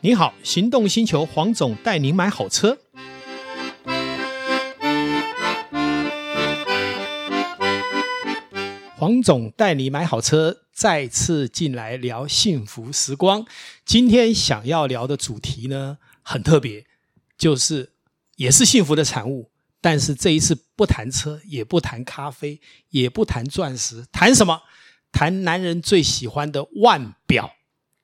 你好，行动星球黄总带您买好车。黄总带你买好车，再次进来聊幸福时光。今天想要聊的主题呢，很特别，就是也是幸福的产物，但是这一次不谈车，也不谈咖啡，也不谈钻石，谈什么？谈男人最喜欢的腕表，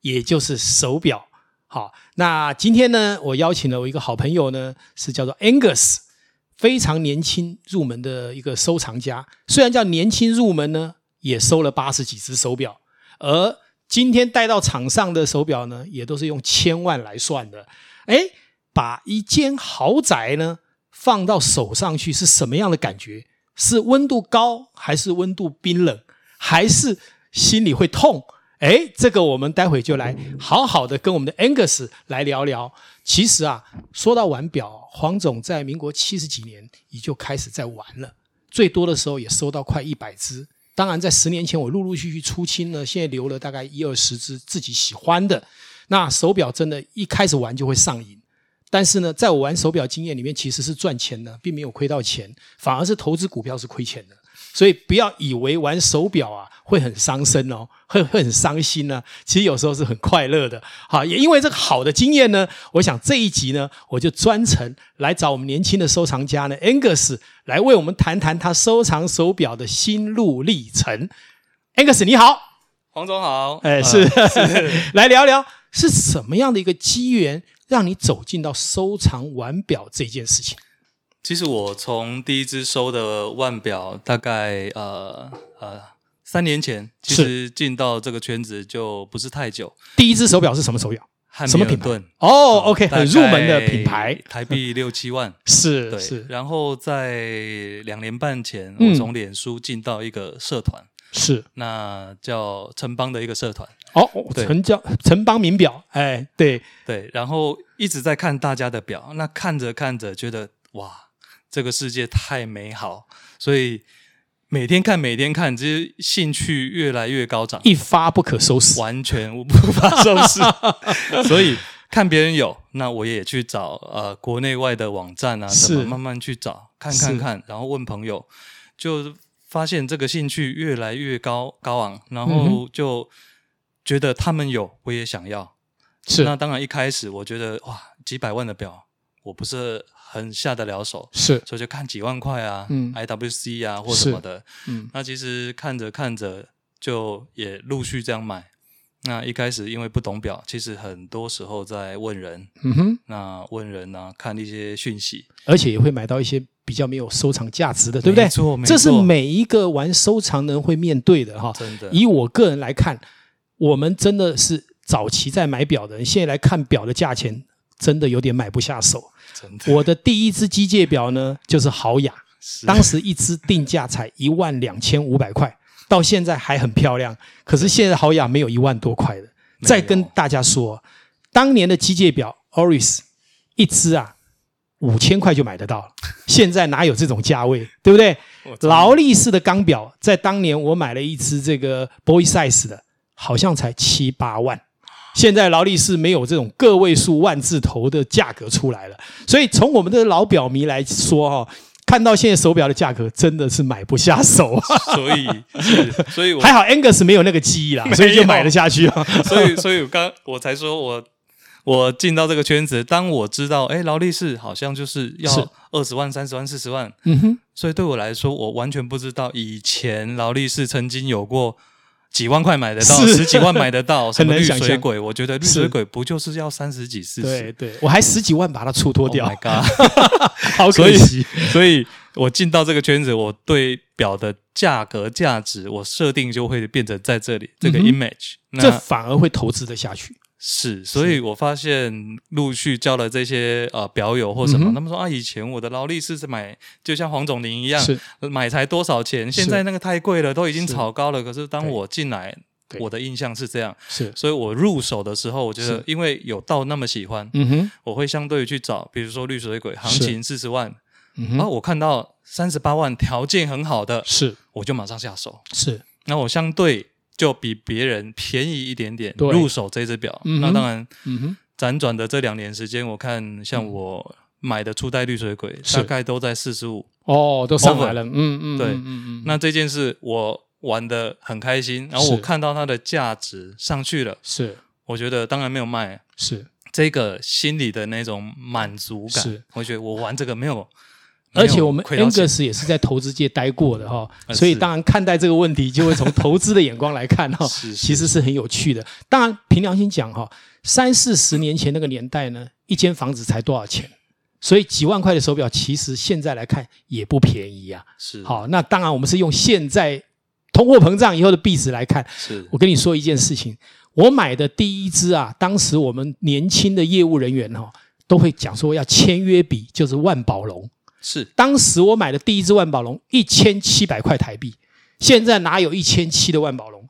也就是手表。好，那今天呢，我邀请了我一个好朋友呢，是叫做 Angus，非常年轻入门的一个收藏家。虽然叫年轻入门呢，也收了八十几只手表，而今天带到场上的手表呢，也都是用千万来算的。哎，把一间豪宅呢放到手上去是什么样的感觉？是温度高还是温度冰冷，还是心里会痛？哎，这个我们待会就来好好的跟我们的 Angus 来聊聊。其实啊，说到腕表，黄总在民国七十几年也就开始在玩了，最多的时候也收到快一百只。当然，在十年前我陆陆续续出清呢，现在留了大概一二十只自己喜欢的。那手表真的，一开始玩就会上瘾。但是呢，在我玩手表经验里面，其实是赚钱的，并没有亏到钱，反而是投资股票是亏钱的。所以不要以为玩手表啊会很伤身哦，会会很伤心呢、其实有时候是很快乐的。好，也因为这个好的经验呢，我想这一集呢，我就专程来找我们年轻的收藏家呢，Angus 来为我们谈谈他收藏手表的心路历程。Angus 你好，黄总好，哎，呃是， 来聊聊是什么样的一个机缘让你走进到收藏腕表这件事情？ 其实我从第一只收的腕表，大概呃呃三年前，其实进到这个圈子就不是太久。第一只手表是什么手表？汉什密么尔品牌顿？嗯哦，OK，大很概入门的品牌，台币六七万。是对，是然后在两年半前，嗯我从脸书进到一个社团，是，那叫城邦的一个社团。哦，对城叫城邦名表，哎，对，对，然后一直在看大家的表，那看着看着觉得哇，这个世界太美好，所以每天看每天看，其实兴趣越来越高涨，一发不可收拾，完全无法 收拾。所以看别人有，那我也去找呃国内外的网站啊，是怎么慢慢去找，看看是看，然后问朋友，就发现这个兴趣越来越高高昂，然嗯后就觉得他们有，我也想要。那 是当然一开始我觉得哇，几百万的表我不是很下得了手，是，所以就看几万块啊，嗯，IWC 啊或什么的。嗯，那其实看着看着就也陆续这样买。那一开始因为不懂表，其实很多时候在问人，嗯哼，那问人啊，看一些讯息，而且也会买到一些比较没有收藏价值的，对不对没？错，没错这是每一个玩收藏人会面对的哈。真的以我个人来看，我们真的是早期在买表的人，现在来看表的价钱，真的有点买不下手。真的我的第一只机械表呢，就是豪雅，是当时一只定价才一万两千五百块，到现在还很漂亮。可是现在豪雅没有一万多块的。有再跟大家说，当年的机械表 Oris 一只啊，五千块就买得到了，现在哪有这种价 位，对不对？我真的劳力士的钢表，在当年我买了一只这个 Boy Size 的，好像才七八万。现在劳力士没有这种个位数万字头的价格出来了，所以从我们的老表迷来说哈、哦，看到现在手表的价格真的是买不下手啊。所 以是所以我还好 Angus 没有那个记 忆啦，所以就买得下去啊。所以，所以我刚我才说我我进到这个圈子，当我知道，哎，劳力士好像就是是要二十万、三十万、四十万，嗯哼，所以对我来说，我完全不知道以前劳力士曾经有过。几万块买得到，是十几万买得到，什 很么难绿想水象鬼？我觉得绿是水鬼不 就是要三十几、四对十对，我还十几万把它出脱掉？Oh，my 好可惜。 god！所以，我进到这个圈子，我对表的价格、价值，我设定就会变成在这里这个嗯哼 image。那这反而会投资得下去。是，所以我发现陆续交了这些呃表友或什嗯么，哼他们说啊，以前我的劳力士是买，就像黄总您一样，是买才多少钱，现是在那个太贵了，都已经是炒高了。可是当对我进来，对我的印象是这样，是，所以我入手的时候，我觉得是因为有到那么喜欢，嗯哼，我会相对于去找，比如说绿水鬼行是情四十万，嗯然后哼，我看到三十八万条件很好的，是我就马上下手。是，那我相对就比别人便宜一点点对入手这只表，嗯哼那当然。嗯哼，辗转的这两年时间，我看像我买的初代绿水鬼，嗯是大概都在四十五。哦，都上来了，嗯嗯，嗯对嗯嗯，那这件事我玩的很开心，然后我是看到它的价值上去了，是我觉得当然没有卖，是，这个心里的那种满足感，是我觉得我玩这个没有，而且我们没有亏到钱 Angus 也是在投资界待过的哈， 呃所以是当然看待这个问题就会从投资的眼光来看 哈，是是其实是很有趣的。当然，凭良心讲哈，三四十年前那个年代呢，一间房子才多少钱？所以几万块的手表，其实现在来看也不便宜啊。是好，那当然我们是用现在通货膨胀以后的币值来看，是我跟你说一件事情，我买的第一只啊，当时我们年轻的业务人员哈、哦，都会讲说要签约比，就是万宝龙。是当时我买的第一只万宝龙一千七百块台币，现在哪有一千七的万宝龙？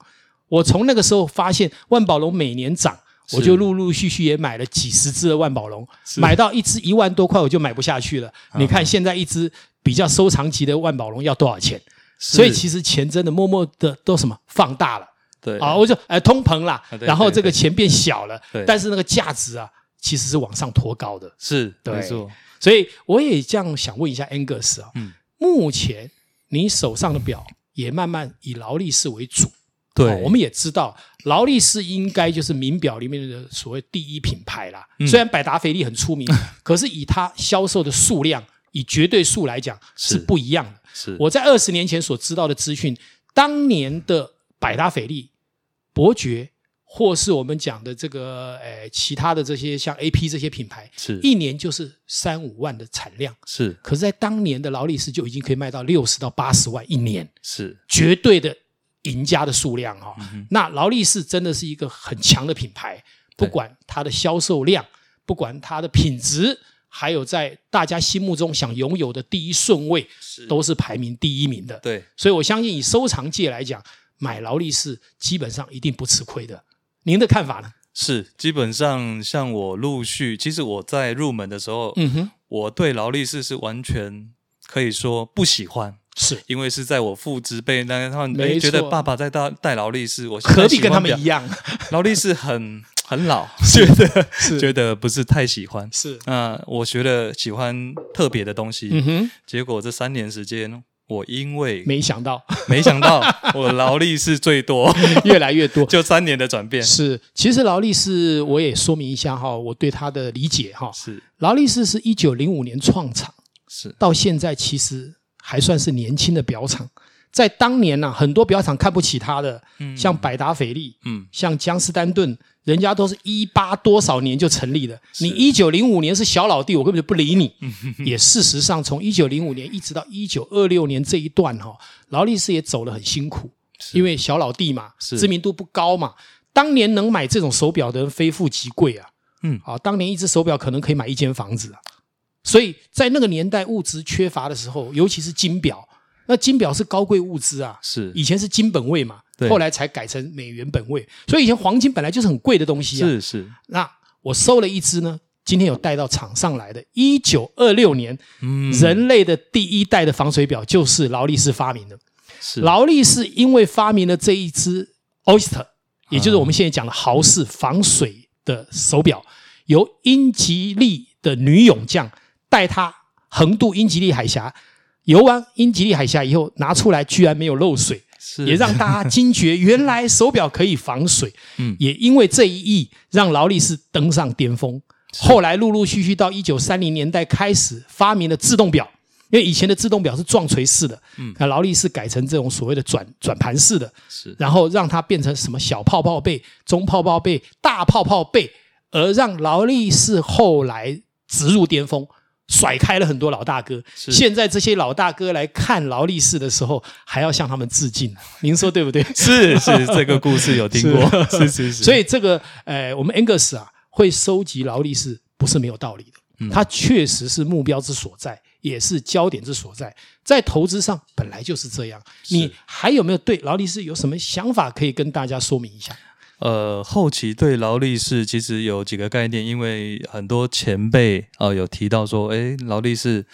我从那个时候发现万宝龙每年涨，是我就陆陆续续也买了几十只的万宝龙，是啊买到一只一万多块我就买不下去了。你看现在一只比较收藏级的万宝龙要多少钱？是所以其实钱真的默默的都什么放大了。对啊，我就呃通膨啦啊，对然后对这个对钱变小了对，但是那个价值啊，其实是往上托高的。是对没错，所以我也这样想问一下 Angus 啊，嗯目前你手上的表也慢慢以劳力士为主，哦我们也知道劳力士应该就是名表里面的所谓第一品牌啦。嗯虽然百达翡丽很 出名，可是以它销售的数量，以绝对数来讲是是不一样的。是我在二十年前所知道的资讯，当年的百达翡丽、伯爵，或是我们讲的这个呃其他的这些像 AP 这些品牌，是一年就是三五万的产量，是可是，在当年的劳力士就已经可以卖到六十到八十万一年，是绝对的赢家的数量哈、嗯那劳力士真的是一个很强的品牌，不对管它的销售量，不管它的品质，还有在大家心目中想拥有的第一顺位，是都是排名第一名的。对所以我相信以收藏界来讲，买劳力士基本上一定不吃亏的。您的看法呢？是基本上像我陆续，其实我在入门的时候，嗯哼，我对劳力士是完全可以说不 喜欢。是因为是在我父执辈那他们没哎觉得错爸爸在带带劳力士，我现在何必喜跟欢他表们 一样？劳力士很很老，是的， 是觉得不是太喜欢。是，那我觉得喜欢特别的东西，嗯哼，结果这三年时间，我因为没想到 没想到我劳力士最多， 越来越多。就三年的转变是，其实劳力士我也说明一下哈，我对它的理解哈。是劳力士是一九零五年创厂，是到现在其实还算是年轻的表厂。在当年呢、很多表厂看不起它的，嗯像百达翡丽，嗯像江诗丹顿，人家都是一八多少年就成立的，是你一九零五年是小老弟，我根本就不理你。也事实上，从一九零五年一直到一九二六年这一段哈、劳力士也走得很辛苦，是因为小老弟嘛，是知名度不高嘛。当年能买这种手表的人非富即贵啊，嗯啊，当年一只手表可能可以买一间房子啊。所以在那个年代物质缺乏的时候，尤其是金表，那金表是高贵物资啊，是以前是金本位嘛，对后来才改成美元本位，所以以前黄金本来就是很贵的东西啊。是是那我收了一只呢，今天有带到场上来的，一九二六年，嗯人类的第一代的防水表就是劳力士发明的。是劳力士因为发明了这一只 Oyster，也啊就是我们现在讲的豪氏防水的手表，由英吉利的女勇将带它横渡英吉利海峡，游完英吉利海峡以后拿出来，居然没有漏水。是也让大家惊觉，原来手表可以防水。 嗯也因为这一役，让劳力士登上巅峰。后来陆陆续续到一九三零年代开始发明了自动表，因为以前的自动表是撞锤式的，嗯那劳力士改成这种所谓的转转盘式的，是然后让它变成什么小泡泡背、中泡泡背、大泡泡背，而让劳力士后来直入巅峰，甩开了很多老大哥。是现在这些老大哥来看劳力士的时候，还要向他们致敬，您说对不对？是是这个故事有听过， 是是是，所以这个，呃，我们 Angus 啊，会收集劳力士不是没有道理的，它确实是目标之所在，也是焦点之所在。在投资上本来就是这样，你还有没有对劳力士有什么想法可以跟大家说明一下？呃，后期对劳力士其实有几个概念，因为很多前辈呃有提到说，诶，劳力士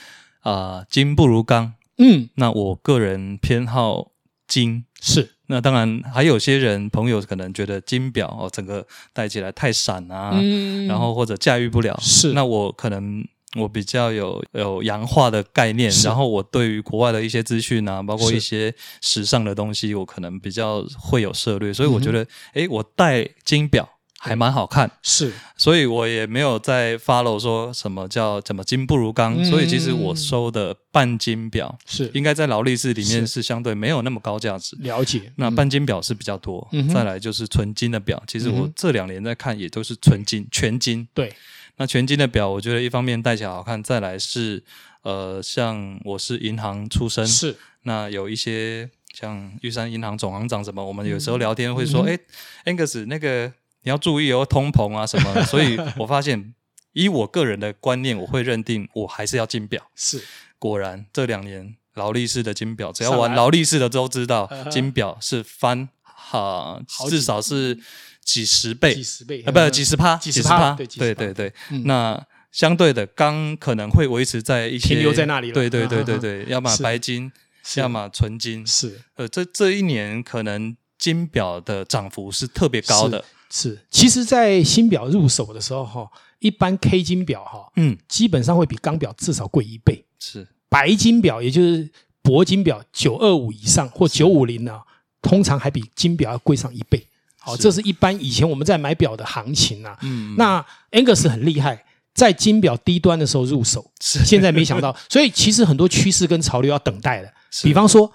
啊、金不如钢，嗯，那我个人偏好金，是那当然，还有些人朋友可能觉得金表哦，整个戴起来太闪啊，嗯然后或者驾驭不了。是那我可能我比较有有洋化的概念，是然后我对于国外的一些资讯啊，包括是一些时尚的东西，我可能比较会有嗯涉略，所以我觉得，诶，我戴金表还蛮好看，是所以我也没有在 follow 说什么叫怎么金不如钢，嗯所以其实我收的半金表是应该在劳力士里是面是相对没有那么高价值。了解。那半金表是比较多，嗯哼再来就是纯金的表。其实嗯我哼这两年在看，也都是纯金、全金。对，那全金的表，我觉得一方面戴起来好看，再来是呃，像我是银行出身，是那有一些像玉山银行总行长什么，我们有时嗯候聊天会说，哎、a n g u s 那个你要注意哦，通膨啊什么的。所以我发现，以我个人的观念，我会认定我还是要金表。是果然这两年劳力士的金表，只要上来玩劳力士的都知道呵，呵金表是翻哈、好几嗯至少是几十倍几十倍嗯啊，不几十趴，呃几十十趴趴，对几十对趴对对嗯。那相对的钢可能会维持在一些停留在那里了对对啊对啊对啊对，要么是白金，是要么纯金。是呃，这这一年可能金表的涨幅是特别高的，是。其实，在新表入手的时候哈，一般 K 金表哈，嗯，基本上会比钢表至少贵一倍。是白金表，也就是铂金表，九二五以上或九五零呢，通常还比金表要贵上一倍。好，是这是一般以前我们在买表的行情啊。嗯那 Angus 很厉害，在金表低端的时候入手，是现在没想到，所以其实很多趋势跟潮流要等待的。是比方说，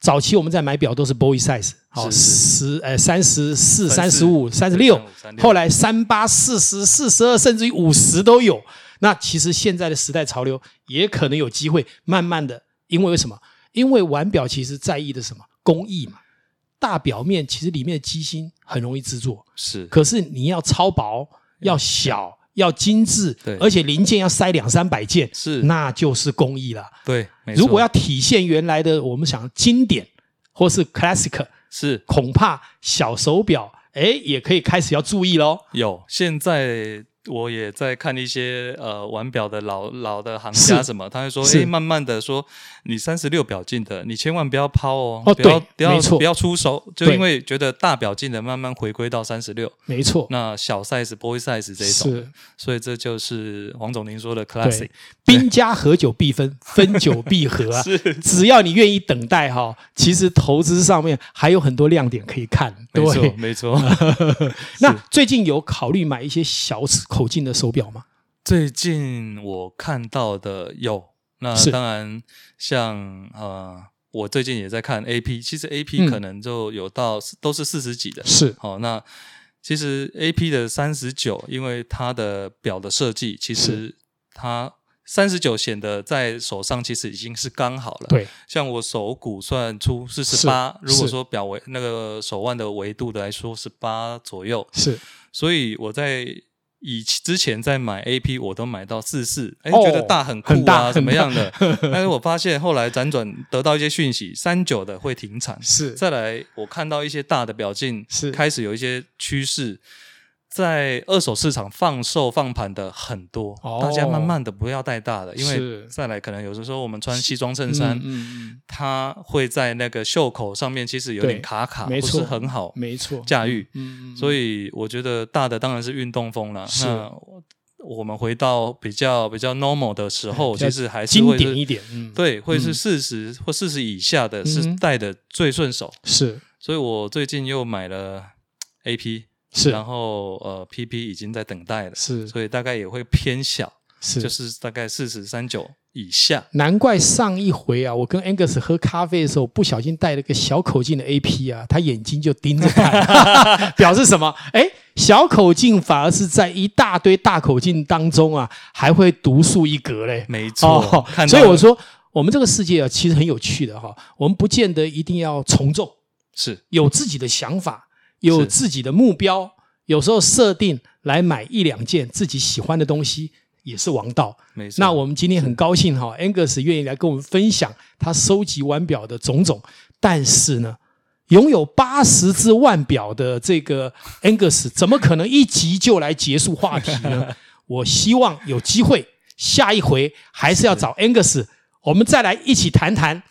早期我们在买表都是 boy size，好是是十呃三十四、三34十五、三十六，后来三八、四十、四十二，甚至于五十都有。那其实现在的时代潮流也可能有机会，慢慢的，因为为什么？因为腕表其实在意的是什么工艺嘛，大表面其实里面的机芯很容易制作，是可是你要超薄、要小、要精致对，而且零件要塞两三百件，是那就是工艺了。对，没如错果要体现原来的我们想经典或是 classic，是恐怕小手表哎也可以开始要注意喽。有，现在我也在看一些呃玩表的老老的行家是什么，他会说，是哎，慢慢的说，你三十六表镜的，你千万不要抛哦，哦不要对不要没错不要出手，就对因为觉得大表镜的慢慢回归到三十六，没错，那小 size、boy size 这一种，是所以这就是黄总您说的 classic 对。兵家合久必分，分久必合 啊。只要你愿意等待哈，其实投资上面还有很多亮点可以看。没错，对， 没错。那最近有考虑买一些小口径的手表吗？最近我看到的有，那是当然像呃，我最近也在看 A P，其实 A 嗯 P 可能就有到、都是四十几的。是好、哦那其实 A P 的三十九，因为它的表的设计，其实是它三十九显得在手上其实已经是刚好了。，对，像我手骨算出是十八，是如果说表围那个手腕的维度的来说，十八左右。是所以我在以之前在买 A P，我都买到四四，哎，哦觉得大很酷很啊，大怎么样 的很？但是我发现后来辗转得到一些讯息，三九的会停产，是再来我看到一些大的表镜是开始有一些趋势。在二手市场放售放盘的很多，哦大家慢慢的不要带大了，因为是再来可能有的时候我们穿西装衬衫，嗯它会在那个袖口上面其实有点对卡卡，没不错是很好没错，驾驭。嗯所以我觉得大的当然是运动风啦。是那我我们回到比较比较 normal 的时候，哎比较其实还是经会典一是点，嗯，，对，会是四十或四十以下的嗯是哼戴的最顺手。是所以我最近又买了 AP，是然后呃 PP 已经在等待了，是所以大概也会偏小，是，就是大概四十三九以下。难怪上一回啊，我跟 Angus 喝咖啡的时候，不小心带了个小口径的 AP 啊，他眼睛就盯着看， 表示什么？哎，小口径反而是在一大堆大口径当中啊，还会独树一格嘞。没错，看到哦所以我说，我们这个世界啊，其实很有趣的哈、我们不见得一定要从众，是有自己的想法，有是自己的目标，有时候设定来买一两件自己喜欢的东西也是王道。没错。那我们今天很高兴哈、a n g u s 愿意来跟我们分享他收集腕表的种种。但是呢，拥有八十只腕表的这个 Angus，怎么可能一集就来结束话题 呢？我希望有机会，下一回还是要找 Angus，我们再来一起谈谈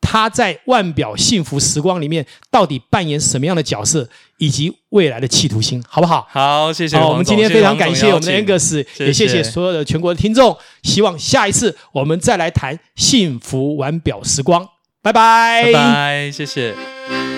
他在腕表幸福时光里面到底扮演什么样的角色，以及未来的企图心，好不好？好，谢谢好，王我们总今天谢非常王总感谢我们的邀请 Angus，谢也谢谢谢所有的全国的听众。希望下一次我们再来谈幸福腕表时光，拜拜拜，谢谢。